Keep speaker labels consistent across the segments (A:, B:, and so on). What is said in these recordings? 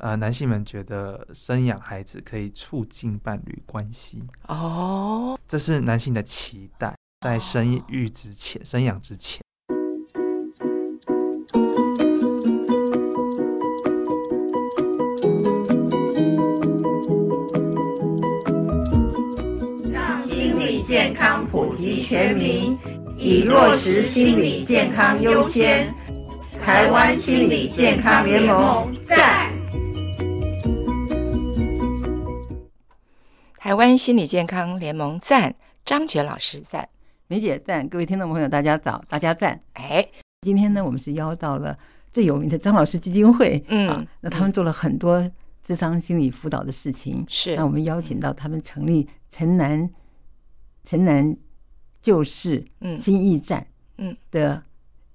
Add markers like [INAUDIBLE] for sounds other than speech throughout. A: 呃，男性们觉得生养孩子可以促进伴侣关系，
B: 哦，
A: 这是男性的期待，在生育之前、生养之前。
C: 让心理健康普及全民，以落实心理健康优先。台湾心理健康联盟在。
B: 台湾心理健康联盟赞，张觉老师赞，
D: 梅姐赞，各位听众朋友大家早，大家赞。
B: 哎，
D: 今天呢，我们是邀到了最有名的张老师基金会，
B: 嗯
D: 啊，那他们做了很多智商心理辅导的事情，
B: 是
A: 嗯
D: 那我们邀请到他们成立城南城南旧市
B: 嗯
D: 新驿站
B: 嗯
D: 的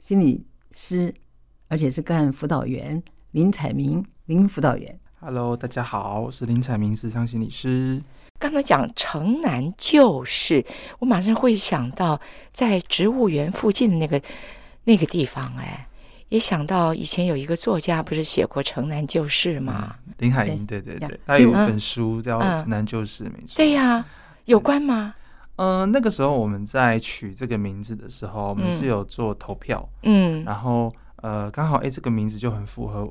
D: 心理师，而且是个案辅导员林彩明林辅导员。
A: Hello，大家好，我是林彩明，时尚心理师。
B: 刚才讲城南旧市，我马上会想到在植物园附近的那个那个地方，哎，也想到以前有一个作家不是写过城南旧事吗？
A: 啊林海音，对对
D: 呀
A: 对，他有一
D: 嗯
A: 本书叫
B: 嗯
A: 《城南旧事》，没错。
B: 对呀、有关吗？
A: 嗯，那个时候我们在取这个名字的时候，我们
B: 嗯
A: 是有做投票，
B: 嗯
A: 然后呃，刚好哎、诶这个名字就很符合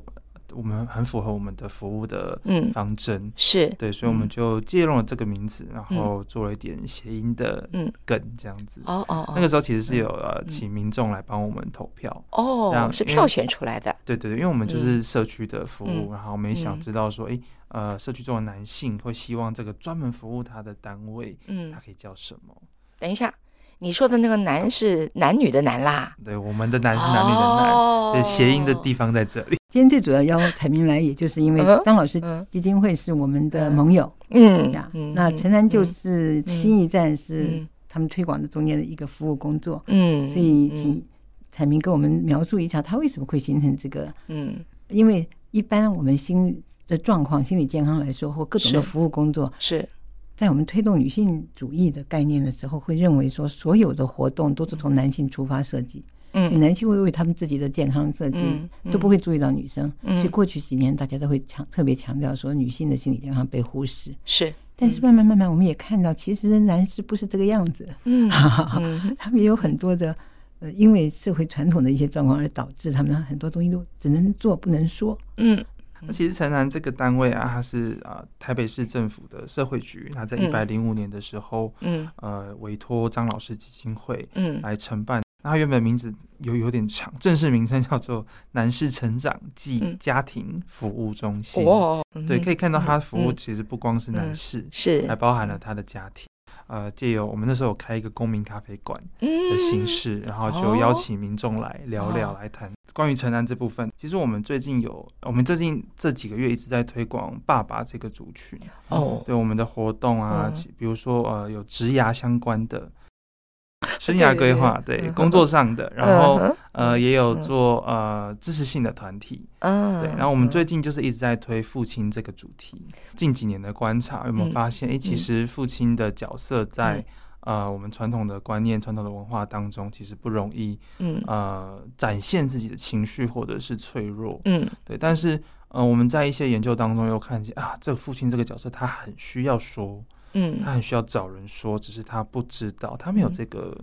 A: 我们，很符合我们的服务的
B: 嗯，
A: 方针。
B: 是
A: 对，所以我们就借用了这个名字，然后做了一点谐音的
B: 嗯
A: 梗，这样子。
B: 哦哦
A: 那个
B: 哦
A: 时候其实是有呃，请民众来帮我们投票。
B: 哦，
A: 让
B: 是
A: 因为
B: 票选出来的，
A: 对对对，因为我们就是社区的服务，
B: 嗯
A: 然后我们也想
B: 嗯
A: 知道说，诶，呃，社区中的男性会希望这个专门服务他的单位，
B: 嗯
A: 它，可以叫什么？
B: 等一下，你说的那个男是男女的男啦，
A: 对，我们的男是男女的男，
B: 哦
A: 所以谐音的地方在这里。
D: 今天最主要邀彩明来，也就是因为
B: 嗯
D: 张老师
B: 嗯
D: 基金会是我们的盟友
B: 嗯
D: 呀。
B: 嗯
D: 那
B: 嗯
D: 城南就是
B: 嗯
D: 新一站是
B: 嗯
D: 他们推广的中间的一个服务工作，
B: 嗯，
D: 所以
B: 嗯
D: 请彩明给我们描述一下他为什么会形成这个。
B: 嗯
D: 因为一般我们心的状况、心理健康来说，或各种的
B: 是
D: 服务工作，
B: 是
D: 在我们推动女性主义的概念的时候，会认为说所有的活动都是从男性出发设计，所以
B: 嗯
D: 男性会为他们自己的健康设计
B: 嗯，嗯
D: 都不会注意到女生。
B: 嗯
D: 所以过去几年大家都会强特别强调说女性的心理健康被忽视， [LAUGHS]
B: 是
D: 但是慢慢慢慢我们也看到，其实男士不是这个样子，
B: 嗯嗯
D: 他们也有很多的。呃，因为社会传统的一些状况而导致他们很多东西都只能做不能说，
B: 嗯
A: 那其实城南这个单位啊，它是啊、呃台北市政府的社会局，它在一
B: 嗯
A: 百零五年的时候，
B: 嗯
A: 呃，委托张老师基金会
B: 嗯
A: 来承办。那它原本名字有有点长，正式名称叫做南市成长暨
B: 嗯
A: 家庭服务中心。
B: 哦，
A: 对，可
B: 以
A: 以看到它服务
B: 嗯
A: 其实不光是南
B: 嗯
A: 市，
B: 是
A: 还包含了他的家庭。呃，借由我们那时候有开一个公民咖啡馆的
B: 的
A: 形式，然后就邀请民众来聊聊、
B: 嗯哦
A: 来谈关于承担这部分。其实我们最近有，我们最近这几个月一直在推广爸爸这个族群，
B: 哦，
A: 对我们的活动啊，
B: 嗯
A: 其比如说呃有职涯相关的。生
B: 对
A: 涯
B: 对
A: 规划，
B: 对
A: 对
B: 嗯
A: 工作上的，然后、
B: 嗯
A: 呃也有
B: 嗯
A: 做呃支持性的团体，
B: 嗯，
A: 对，然后我们最近就是一直在推父亲这个主题。近几年的观察，有
B: 嗯
A: 没有发现？诶，其实父亲的角色在、
B: 嗯
A: 呃我们传统的观念、传统的文化当中，其实不容易
B: 嗯
A: 呃展现自己的情绪或者是脆弱。
B: 嗯
A: 对，但是呃我们在一些研究当中又看见啊，这个父亲这个角色他很需要说，他
B: 嗯
A: 很需要找人说，只是他不知道，他没有
B: 嗯
A: 这个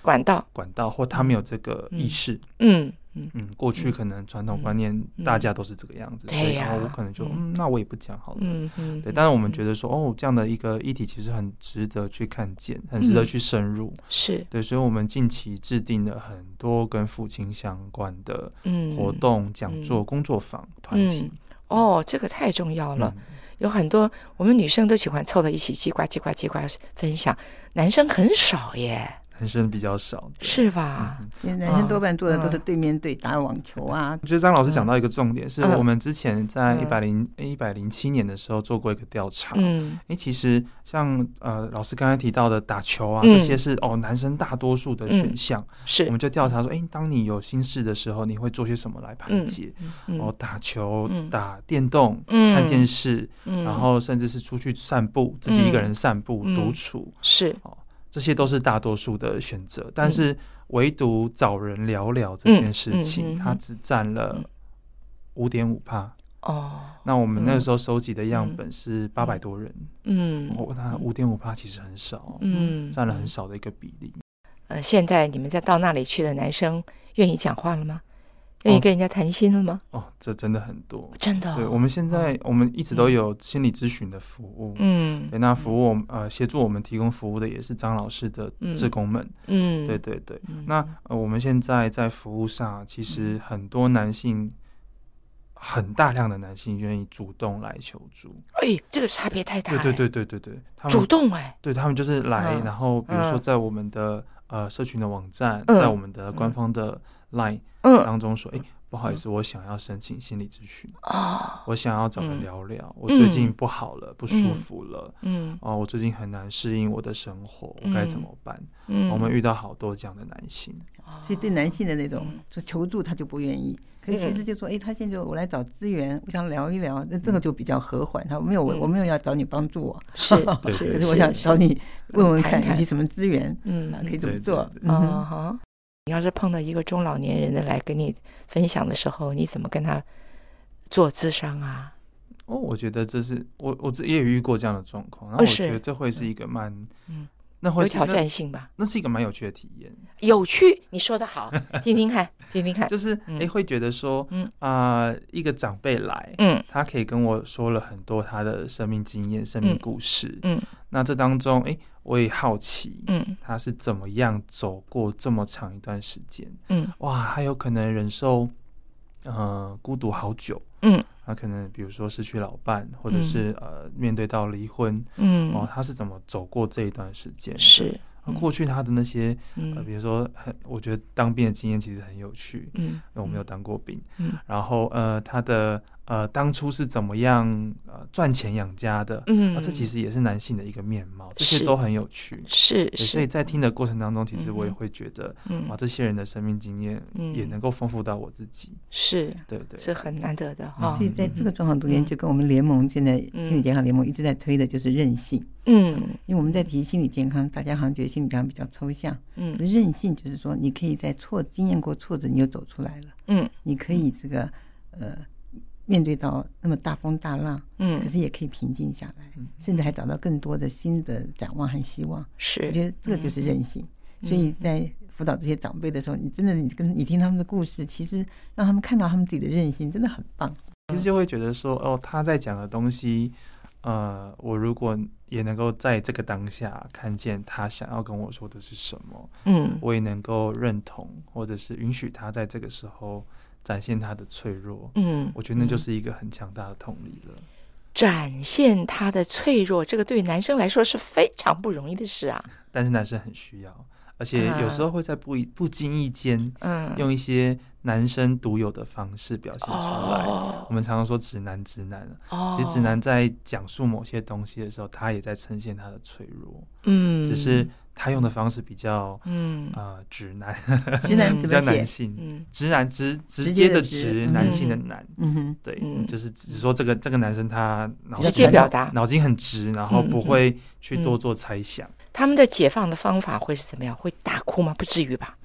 B: 管道，
A: 管道，或他没有这个意识。
B: 嗯嗯
A: 嗯，过去可能传统观念
B: 嗯
A: 大家都是这个样子，
B: 对
A: 所以
B: 呀
A: 然后我可能就
B: 嗯
A: 嗯，那我也不讲好了。
B: 嗯嗯，
A: 对，但是我们觉得说，哦，这样的一个议题其实很值得去看见，很值得
B: 嗯
A: 去深入。
B: 是
A: 对，所以我们近期制定了很多跟父亲相关的
B: 嗯
A: 活动、讲座、工作坊、团体。
B: 哦，这个太重要
A: 嗯
B: 了。有很多我们女生都喜欢凑到一起叽呱叽呱叽呱分享，男生很少耶，
A: 男生比较少。对嗯
B: 是啊吧？
D: 所以男生多半做的都是
B: 嗯
D: 对面对打网球啊，
A: 我觉得张老师讲到一个重点，是
B: 嗯
A: 我们之前在
B: 嗯
A: 一百零一百零七年的时候做过一个调查，
B: 嗯
A: 诶，其实像呃老师刚才提到的打球啊，
B: 嗯
A: 这些是哦男生大多数的选项。我
B: 是
A: 们就调查说，诶，当你有心事的时候，你会做些什么来排解？哦，
B: 嗯
A: 打球、
B: 嗯
A: 打电动、
B: 嗯
A: 看电视，
B: 嗯，
A: 然后甚至是出去散步，自己一个人散步、
B: 嗯
A: 独处，
B: 是
A: 这些都是大多数的选择。但是唯独找人聊聊这件事
B: 嗯嗯嗯
A: 情，
B: 嗯嗯
A: 它只占了五点五帕。
B: 哦，
A: 那我们那时候收集的样本是八百多人，
B: 嗯
A: 哦，那五点五趴其实很少，
B: 嗯，
A: 占了很少的一个比例。
B: 呃，现在你们再到那里去的男生愿意讲话了吗？愿意
A: 哦
B: 跟人家谈心了吗？
A: 哦，这真的很多。
B: 真的哦、
A: 对，我们现在我们一直都有心理咨询的服务。
B: 嗯
A: 对，那服务我们呃协助我们提供服务的也是张老师的志工们，
B: 嗯，
A: 对对对。
B: 嗯
A: 那呃我们现在在服务上，啊其实很多男性，很大量的男性愿意主动来求助，
B: 哎，这个差别太大、
A: 对
B: 哎
A: 对，对对对对，他
B: 主
A: 们
B: 动哎，
A: 对他们就是来，
B: 嗯
A: 然后比如说
B: 嗯
A: 在我们的呃社群的网站，
B: 嗯
A: 在我们的官方的 Line
B: 嗯
A: 当中说，哎，不好意思，我想要申请心理咨询，
B: 哦，
A: 我想要找人
B: 嗯
A: 聊聊，我最近
B: 嗯
A: 不好了，不舒服了。
B: 嗯
A: 哦，我最近很难适应我的生活，我该怎么办？
B: 嗯，哦
A: 我们遇到好多这样的男性，
D: 所以对男性的那种
B: 嗯
D: 就求助，他就不愿意。可是其实就说，哎，他现在就我来找资源，我想聊一聊，那这个就比较和缓。他没有我，
B: 嗯
D: 我没有要找你帮助我， [LAUGHS]
B: 是
A: 对
B: 是，
D: 可是我想找你问问看
B: 谈谈
D: 有些什么资源
B: 嗯
D: 啊，
B: 嗯
D: 可以怎么
A: 对
D: 做
A: 对？
D: 嗯
B: 啊
D: 哼
B: 哈！你要是碰到一个中老年人的来跟你分享的时候，你怎么跟他做咨商啊？
A: 哦，我觉得这是我我自己也遇过这样的状况，然
B: 哦
A: 后我
B: 是
A: 觉得这会是一个蛮，
B: 嗯，
A: 那会
B: 有
A: 是
B: 挑
A: 那
B: 战，哎性吧？
A: 那是一个蛮有趣的体验，
B: 有趣，你说的
A: [LAUGHS]
B: 好，听听看，听听看。
A: 就是哎、
B: 嗯
A: 诶会觉得说，
B: 嗯
A: 啊、一个长辈来，
B: 嗯
A: 他可以跟我说了很多他的生命经验、生命
B: 嗯
A: 故事，
B: 嗯
A: 那这当中，哎、我也好奇，
B: 嗯
A: 他是怎么样走过这么长一段时间？
B: 嗯
A: 哇，他有可能忍受呃孤独好久，
B: 嗯，
A: 他可能比如说失去老伴，或者是、呃面对到离婚，哦
B: 嗯，，
A: 他是怎么走过这一段时间？
B: 是，
A: 呃过去他的那些呃，
B: 嗯
A: 比如说很，我觉得当兵的经验其实很有趣，
B: 嗯
A: 因为我没有当过兵，
B: 嗯，
A: 然后呃他的呃当初是怎么样呃赚钱养家的？
B: 嗯
A: 啊，这其实也是男性的一个面貌，这些
B: 是
A: 都很有趣。
B: 是
A: 对所以
B: 是，
A: 在听的过程当中，其实我也
B: 嗯哼
A: 会觉得，哇，
B: 嗯
A: 这些人的生命经验
B: 嗯
A: 也能够丰富到我自己。
B: 是
A: 对对，
B: 是很难得的哈
D: 所。以在这个状况中
B: 嗯
D: 间，就跟我们联盟现在
B: 嗯
D: 心理健康联盟一直在推的就是韧性，
B: 嗯
D: 因为我们在提心理健康，大家好像觉得心理健康比较抽象，可
B: 嗯
D: 是韧性就是说，你可以在挫经验过挫折，你就走出来了，
B: 嗯
D: 你可以这个呃面对到那么大风大浪，可
B: 嗯，
D: 是也可以平静下来，甚至还找到更多的新的展望和希望。我
B: 是
D: 觉得这个就是韧性。所以在辅导这些长辈的时候，你真的你跟你听他们的故事，其实让他们看到他们自己的韧性，真的很 [LAUGHS] 棒。
A: 其实就会觉得说，哦，他在讲的东西，呃，我如果也能够在这个当下看见他想要跟我说的是什么，
B: 嗯
A: 我也能够认同，或者是允许他在这个时候展现他的脆弱，
B: 嗯，
A: 我觉得那就是一个很强大的动力了。
B: 展现他的脆弱，这个对男生来说是非常不容易的事啊。
A: 但是男生很需要，而且有时候会在不一不经意间
B: 嗯，
A: 用一些男生独有的方式表现出来。
B: 哦
A: 我们常常说直男，直男啊，
B: 哦，
A: 其实直男在讲述某些东西的时候，他也在呈现他的脆弱，
B: 嗯，
A: 只是他用的方式比较
B: 嗯
A: 呃直男，
D: 直男
A: [LAUGHS] 比
D: 怎
A: 较
D: 么写
A: 男？性，
B: 嗯
A: 直男直直
D: 直
A: 接
D: 接
A: 的
D: 的
A: 直，
D: 直
A: 男性的男，
D: 嗯哼，
A: 对，
B: 嗯
A: 就是只说这个这个男生他脑
B: 直
A: 筋
B: 接表达
A: 脑筋很直，然后
B: 嗯
A: 不
B: 嗯
A: 会去多
B: 嗯
A: 做猜想。
B: 他们的解放的方法会是怎么样？会大哭吗？不至于吧？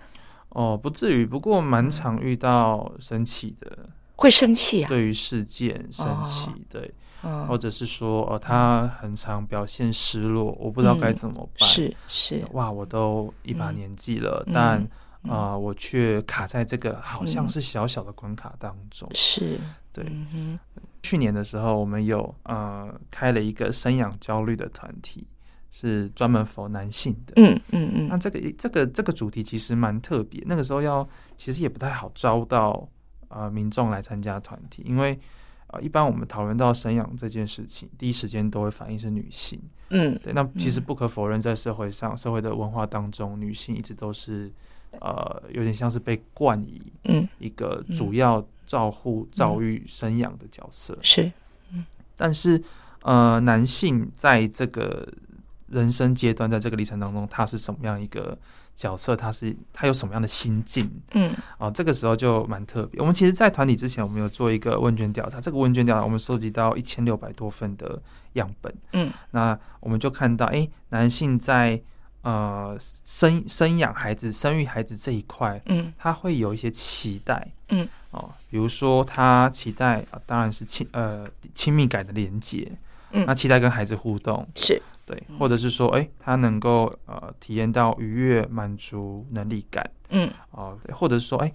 A: 哦，不至于，不过
B: 嗯
A: 蛮常遇到生气的，
B: 会生气啊？
A: 对于事件生
B: 哦
A: 气，对，或
B: 嗯，
A: 者是说，呃，他很常表现失落，我不知道该
B: 嗯
A: 怎么办。
B: 是是，
A: 哇，我都一把
B: 嗯
A: 年纪了，
B: 嗯
A: 但
B: 嗯
A: 啊、呃我却卡在这个好像
B: 嗯
A: 是小小的关卡当中。
B: 是，
A: 对，
B: 嗯哼，
A: 去年的时候，我们有呃开了一个生养焦虑的团体，是专门否男性的。
B: 嗯嗯
A: 那
B: 嗯，
A: 这个这个这个主题其实蛮特别，那个时候要其实也不太好招到呃民众来参加团体，因为呃一般我们讨论到生养这件事情，第一时间都会反映是女性。
B: 嗯
A: 对，那其实不可否认，在社会上、社会的文化当中，女性一直都是呃有点像是被冠以
B: 嗯，
A: 一个主要照护、教育、生养的角色。
B: 是，
A: 但是呃，男性在这个人生阶段，在这个历程当中，他是什么样一个角色？他是他有什么样的心境？
B: 嗯
A: 哦，这个时候就蛮特别。我们其实，在团体之前，我们有做一个问卷调查，这个问卷调查我们收集到一千六百多份的样本。
B: 嗯，
A: 那我们就看到，哎，男性在呃生生养孩子、生育孩子这一块，
B: 嗯
A: 他会有一些期待。
B: 嗯，
A: 哦，比如说他期待，啊当然是亲呃亲密感的连接，
B: 嗯
A: 那期待跟孩子互动，
B: 是
A: 对，或者是说，哎、他能够呃体验到愉悦、满足、能力感，
B: 嗯
A: 哦、对或者是说，哎、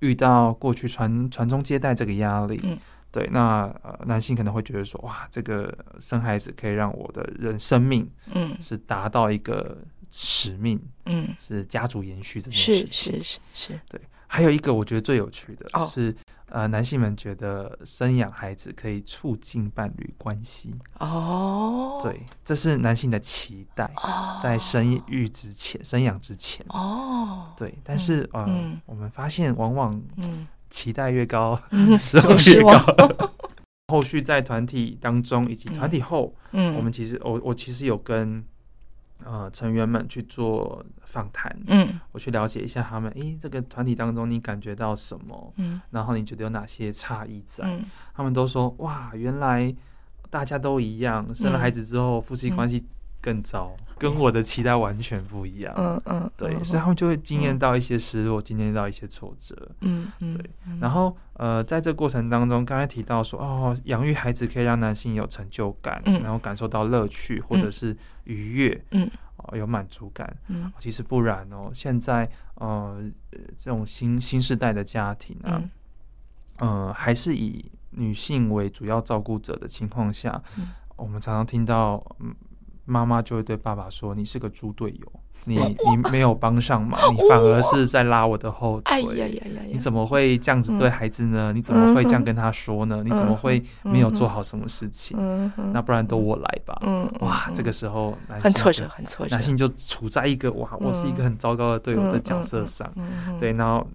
A: 遇到过去传传宗接代这个压力，
B: 嗯
A: 对，那呃男性可能会觉得说，哇，这个生孩子可以让我的人生命
B: 嗯
A: 是达到一个使命，
B: 嗯，
A: 是家族延续这件事
B: 是
A: 情。
B: 是是是，
A: 还有一个我觉得最有趣的
B: 哦
A: 是，呃，男性们觉得生养孩子可以促进伴侣关系，
B: 哦，
A: 对，这是男性的期待，
B: 哦，
A: 在生育之前、生养之前，
B: 哦，
A: 对。但是呃，
B: 嗯
A: 我们发现往往
B: 嗯，
A: 期待越
B: [LAUGHS]
A: 高，
B: 嗯
A: 失望
B: 总失
A: 越 [LAUGHS]
B: 望
A: 高。后续在团体当中以及团体后，
B: 嗯，
A: 我们其实我我其实有跟呃成员们去做访谈，
B: 嗯
A: 我去了解一下他们，诶，这个团体当中你感觉到什么？
B: 嗯
A: 然后你觉得有哪些差异在？
B: 嗯
A: 他们都说哇，原来大家都一样，生了孩子之后夫妻关系更糟，跟我的期待完全不一样。
B: 嗯嗯，
A: 对，
B: 嗯
A: 所以他们就会经验到一些失落，经验到一些挫折。
B: 嗯嗯，
A: 对然后呃，在这过程当中，刚才提到说哦，养育孩子可以让男性有成就感，
B: 嗯
A: 然后感受到乐趣或者是愉悦，
B: 嗯，
A: 哦，有满足感。
B: 嗯
A: 其实不然哦，现在呃，呃这种新新时代的家庭啊，
B: 嗯
A: 呃，还是以女性为主要照顾者的情况下，
B: 嗯
A: 我们常常听到，嗯，妈妈就会对爸爸说：“你是个猪队友，你
B: [LAUGHS]
A: 你没有帮上忙，你反而是在拉我的后腿。
B: 哎呀呀呀
A: 你
B: 呀，
A: 怎么会这样子
B: 嗯
A: 对孩子呢？你怎么会这样跟他说呢？你怎么会没有做好什么事情？
B: 嗯
A: 那不然都我来吧。
B: 嗯
A: 哇，这个时候男性
B: 很挫
A: 就
B: 折，很挫折
A: 男，性就处在一个哇，我是一个很糟糕的队友的角色上，
B: 嗯，
A: 对，然后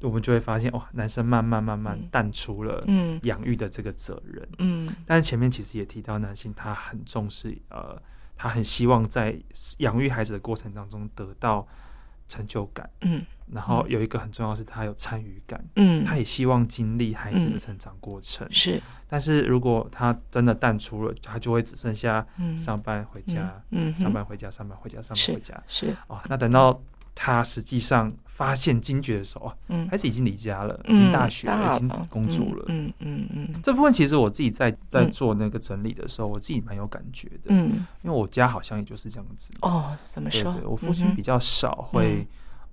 A: 我们就会发现哇，男生慢慢慢慢
B: 嗯
A: 淡出了
B: 嗯
A: 养育的这个责任。
B: 嗯
A: 但是前面其实也提到，男性他很重视呃，他很希望在养育孩子的过程当中得到成就感，
B: 嗯
A: 然后有一个很重要的是他有参与感，他
B: 嗯，
A: 也希望经历孩子的成长过程。
B: 是，
A: 但是如果他真的淡出了，他就会只剩下
B: 嗯，
A: 上班回家。
B: 嗯
A: 上班回家，上班回家，上班回家。
B: 是，
A: 哦，那等到他实际上发现惊觉的时候，啊，
B: 嗯
A: 孩子已经离家了，已
B: 嗯，
A: 经大学了，已经工作了。
B: 嗯嗯嗯
A: 这部分其实我自己在在
B: 嗯
A: 做那个整理的时候，我自己蛮有感觉的，
B: 嗯，
A: 因为我家好像也就是这样子。
B: 哦，嗯怎么
A: 对
B: 说？
A: 对，我父亲比较少会、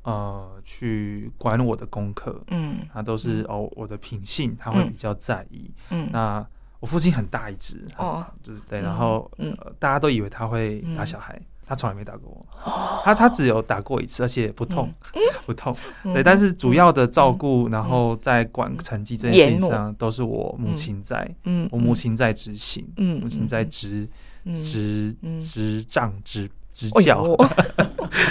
A: 呃去管我的功课，
B: 嗯
A: 他都是、哦我的品性，他会比较在意。
B: 嗯
A: 那我父亲很大一只，
B: 哦
A: 就是对，
B: 嗯
A: 然后、
B: 嗯
A: 呃、大家都以为他会打小孩，他从来没打过
B: 哦
A: 我，他他只有打过一次，而且不痛，
B: 嗯
A: [LAUGHS] 不痛。对，但是主要的照顾，然后在管成绩这件事
B: 严
A: 情
B: 母
A: 上，都是我母亲在，
B: 嗯，
A: 我母亲在执行，
B: 嗯
A: 母亲在执执
B: 嗯
A: 执掌执执
B: 哎
A: 教。 [LAUGHS]
B: 呦，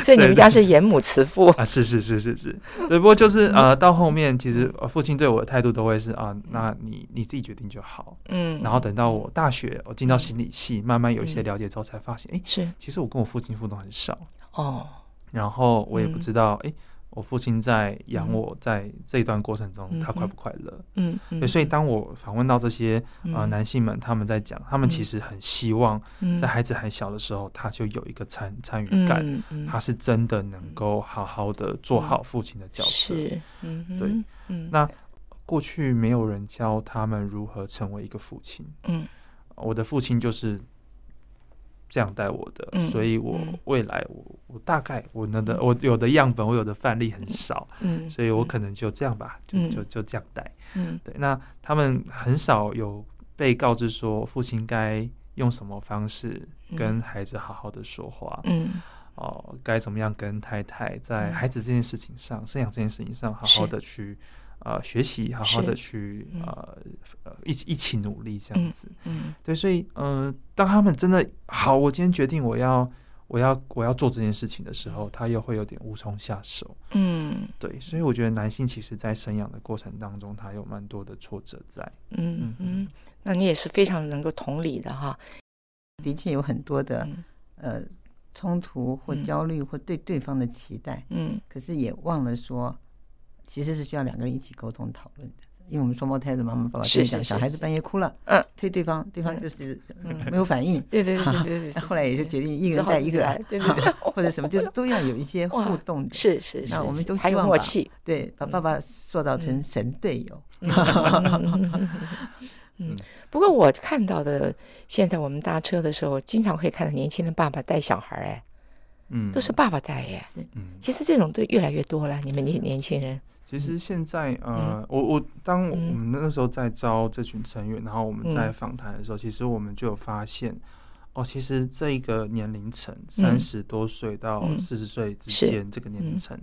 B: 所以你们家是严母慈父，
A: 啊，是是是是是，对，不过就是呃，
B: 嗯
A: 到后面其实呃父亲对我的态度都会是啊，那你你自己决定就好。
B: 嗯，
A: 然后等到我大学，我进到心理系，慢慢有一些了解之后，才发现，哎，
B: 是
A: 其实我跟我父亲互动很少，
B: 哦，
A: 然后我也不
B: 嗯
A: 知道，哎、我父亲在养
B: 嗯
A: 我，在这一段过程中，
B: 嗯
A: 他快
B: 嗯
A: 不快乐？
B: 嗯嗯，
A: 对，所以当我访问到这些呃
B: 嗯
A: 男性们，他们在讲，他们其实很希望
B: 嗯
A: 在孩子还小的时候，他就有一个参参与感，
B: 嗯嗯
A: 他是真的能够好好的做好父亲的角色。
B: 是，嗯哼，
A: 对
B: 嗯，
A: 那过去没有人教他们如何成为一个父亲，
B: 嗯
A: 我的父亲就是这样带我的，
B: 嗯
A: 所以我
B: 嗯
A: 未来我我大概我能的我有的样本我有的范例很少，
B: 嗯
A: 所以我可能就这样吧，就
B: 嗯
A: 就就这样带。
B: 嗯
A: 对，那他们很少有被告知说父亲该用什么方式跟孩子好好的说话，
B: 嗯
A: 哦，该怎么样跟太太在
B: 嗯
A: 孩子这件事情上、生养这件事情上好
B: 是
A: 好的去。呃，学习好好
B: 是
A: 的去
B: 嗯
A: 呃呃一起一起努力这样子，
B: 嗯
A: 对，所以嗯、呃当他们真的好，我今天决定我要我要我要做这件事情的时候，他又会有点无从下手。
B: 嗯
A: 对，所以我觉得男性其实在生养的过程当中，他有蛮多的挫折在。
B: 嗯嗯，那你也是非常能够同理的哈，
D: 的确有很多的
B: 嗯
D: 呃冲突或
B: 嗯
D: 焦虑或对对方的期待，
B: 嗯
D: 可是也忘了说，其实是需要两个人一起沟通讨论的。因为我们双胞胎的妈妈爸爸
B: 是
D: 就是讲，
B: 是
D: 小孩子半夜哭了，
B: 嗯，
D: 推对方，对方就是嗯 [LAUGHS] 没有反应，
B: 对对对对对对，
D: [LAUGHS] 后来也就决定一
B: 只
D: 个人
B: 好
D: 带
B: 自
D: 一
B: 己
D: 个
B: 来
D: 来，
B: 对对对
D: 哈 [LAUGHS] 或者什么，就是都要有一些
B: [LAUGHS] 哇
D: 互动的，
B: 是是是，
D: 那我们
B: 是
D: 都
B: 还
D: 希
B: 有
D: 望
B: 默
D: 吧
A: [LAUGHS]
B: 契。
D: 对，把爸爸塑造成神队友，
B: 嗯，不过我看到的，现在我们搭车的时候，经常会看到年轻的爸爸带小孩，哎，
A: 嗯，
B: 都是爸爸带，哎，
A: 嗯，
B: 其实这种都越来越多了。你们年年轻人，
A: 其实现在呃，我我当我
B: 嗯
A: 们那时候在招这群成员，然后我们
B: 嗯
A: 在访谈的时候，其实我们就有发现，哦，其实这一个年龄层三十多岁到
B: 嗯
A: 四十岁之
B: 是嗯
A: 间这个年龄层，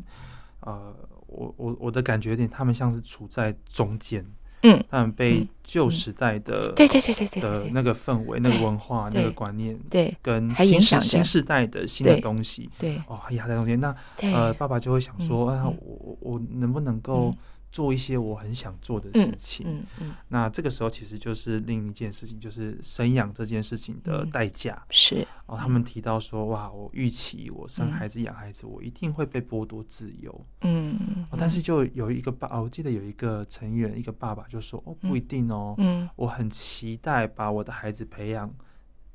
A: 呃，我我我的感觉有点，他们像是处在中间，
B: 嗯，
A: 他们被
B: 嗯
A: 旧时代的、
B: 对对对对对
A: 的
B: 对
A: 呃那个氛围、那
B: 对
A: 个文化、
B: 对
A: 那个观念，
B: 对
A: 跟
B: 还
A: 新
B: 影响
A: 时
B: 着
A: 新时代的新的
B: 对
A: 东西，
B: 对
A: 哦，压在中间。那
B: 对
A: 呃，爸爸就会想说，
B: 哎嗯
A: 啊，
B: 嗯
A: 我我我能不能够
B: 嗯
A: 做一些我很想做的事情？
B: 嗯嗯，
A: 那这个时候其实就是另一件事情，就是生养这件事情的
B: 嗯
A: 代价。
B: 是
A: 哦，他们提到说，哇，我预期我生
B: 嗯
A: 孩子、养孩子，我一定会被剥夺自由。
B: 嗯
A: 哦，但是就有一个爸，哦我记得有一个成员，一个爸爸就说，哦，不一定哦，
B: 嗯
A: 我很期待把我的孩子培养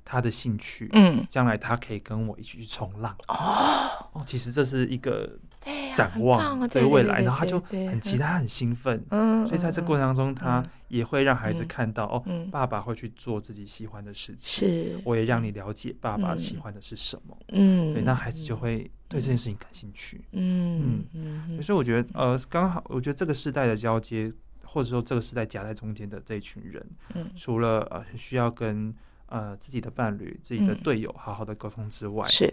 A: 他的兴趣。
B: 嗯，
A: 将来他可以跟我一起去冲浪哦其实这是一个
B: 对呀，
A: 展
B: 很棒
A: 望
B: 啊
A: 对
B: 对
A: 未
B: 对
A: 来，
B: 对
A: 然后他
B: 对
A: 就
B: 对
A: 很期待，他很兴奋，
B: 嗯，
A: 所以在这过程
B: 程，
A: 当中，他也会让孩子
B: 嗯
A: 看到哦，
B: 嗯，
A: 爸爸会去做自己喜欢的事情，
B: 是，
A: 我也让你了解爸爸
B: 嗯
A: 喜欢的是什么，
B: 嗯，
A: 对，那孩子就会对这件事情感兴趣。
B: 嗯，嗯
A: 所
B: 嗯
A: 以我觉得呃，刚好我觉得这个世代的交接，或者说这个世代夹在中间的这一群人，
B: 嗯，
A: 除了呃很需要跟呃自己的伴侣、自己的
B: 嗯
A: 队友好好的沟通之外，
B: 是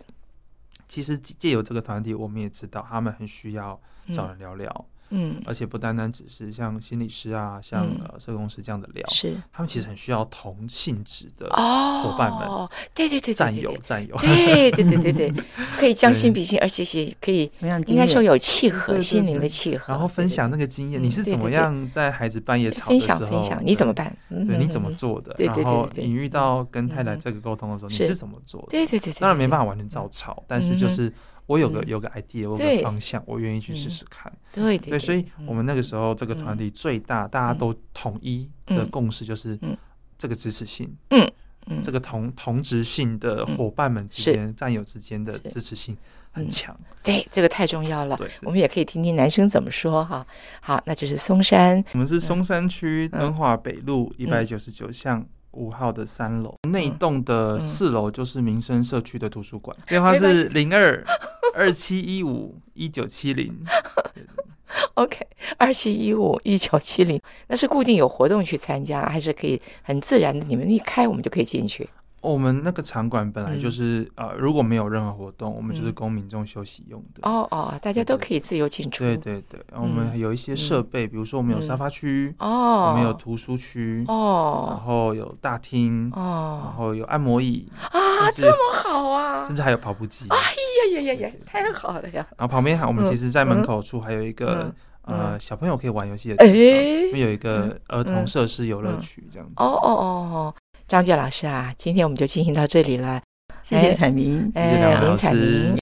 A: 其实借借由这个团体，我们也知道他们很需要找人聊聊，
B: 嗯
A: 而且不单单只是像心理师啊、像、
B: 嗯
A: 呃社工师这样的聊，
B: 是
A: 他们其实很需要同性质的
B: 哦，
A: 伙伴们
B: 对对对对
A: 战
B: 对
A: 友、
B: 对
A: 战友。
B: 对对对对对，可以将心比心，而且也可以
D: 同样
B: 应该说
D: 有
B: 有契合，
A: 对
B: 心灵
A: 对
B: 的契
A: [LAUGHS]
B: 合，
A: 然后分享那个经验，
B: 嗯
A: 你是
B: 对
A: 怎么
B: 对对
A: 样在孩子半夜
B: 对对
A: 吵的
B: 分
A: 时
B: 享
A: 候，
B: 分享，你怎么
A: 对？
B: 办？嗯
A: 对，
B: 对
A: 你怎么？做的？
B: 对对对
A: 然后
B: 对对
A: 你遇到跟太太
B: 嗯
A: 这个沟通的时候，你
B: 是
A: 是怎么做的？
B: 对对对，嗯
A: 当然没办
B: 法，
A: 法完全照抄，但是就是我有个有个 idea，我有
B: 嗯对
A: 个方向，我愿意去试试看。
B: 对对
A: 对，所以我们那个时候这个
B: 嗯
A: 团体最大，大家都统一的共识就是
B: 嗯嗯，
A: 这个支持性，
B: 嗯嗯
A: 这个同同职性的伙伴们之间、战友之间的
B: 是
A: 支持性很强，
B: 对这个太重要了。
A: 对。
B: 我们也可以听听男生怎么说哈、好，那就是松山
A: 我们是松山区敦化北路
B: 嗯
A: 一百九十九巷。五号的三楼，那一栋的四楼就是民生社区的图书馆，电话
B: 嗯没关系
A: 是零二 [LAUGHS] 二七一五一九七
B: [LAUGHS]
A: 零。
B: ，OK，二七一五一九七零，那是固定有活动去参加，还是可以很自然的，你们一开我们就可以进去。
A: 我们那个场馆本来就是、呃，如果没有任何活动，我们就是
B: 嗯
A: 供民众休息用的。
B: 哦哦，大家都可以自由进出。
A: 对对对，然后我们有一些设备，比如说我们有沙发区，
B: 嗯哦，
A: 我们有图书区，然
B: 哦
A: 后有大厅，然
B: 哦
A: 后有按摩椅，
B: 啊，
A: 甚至
B: 这么好啊！
A: 甚至还有跑步机。
B: 哎呀呀呀呀，太好了呀！
A: 然后旁边还我们
B: 嗯
A: 其实，在门口处还有一个、
B: 嗯
A: 呃小朋友可以玩游戏的地方，因
B: 哎，
A: 为有一个儿童设施游乐
B: 嗯
A: 区这样子。
B: 哦哦哦哦，张杰老师啊，今天我们就进行到这里了。
D: 谢谢彩明，
A: 谢谢
B: 哎
A: 梁，老
B: 林彩
A: 师
B: 明。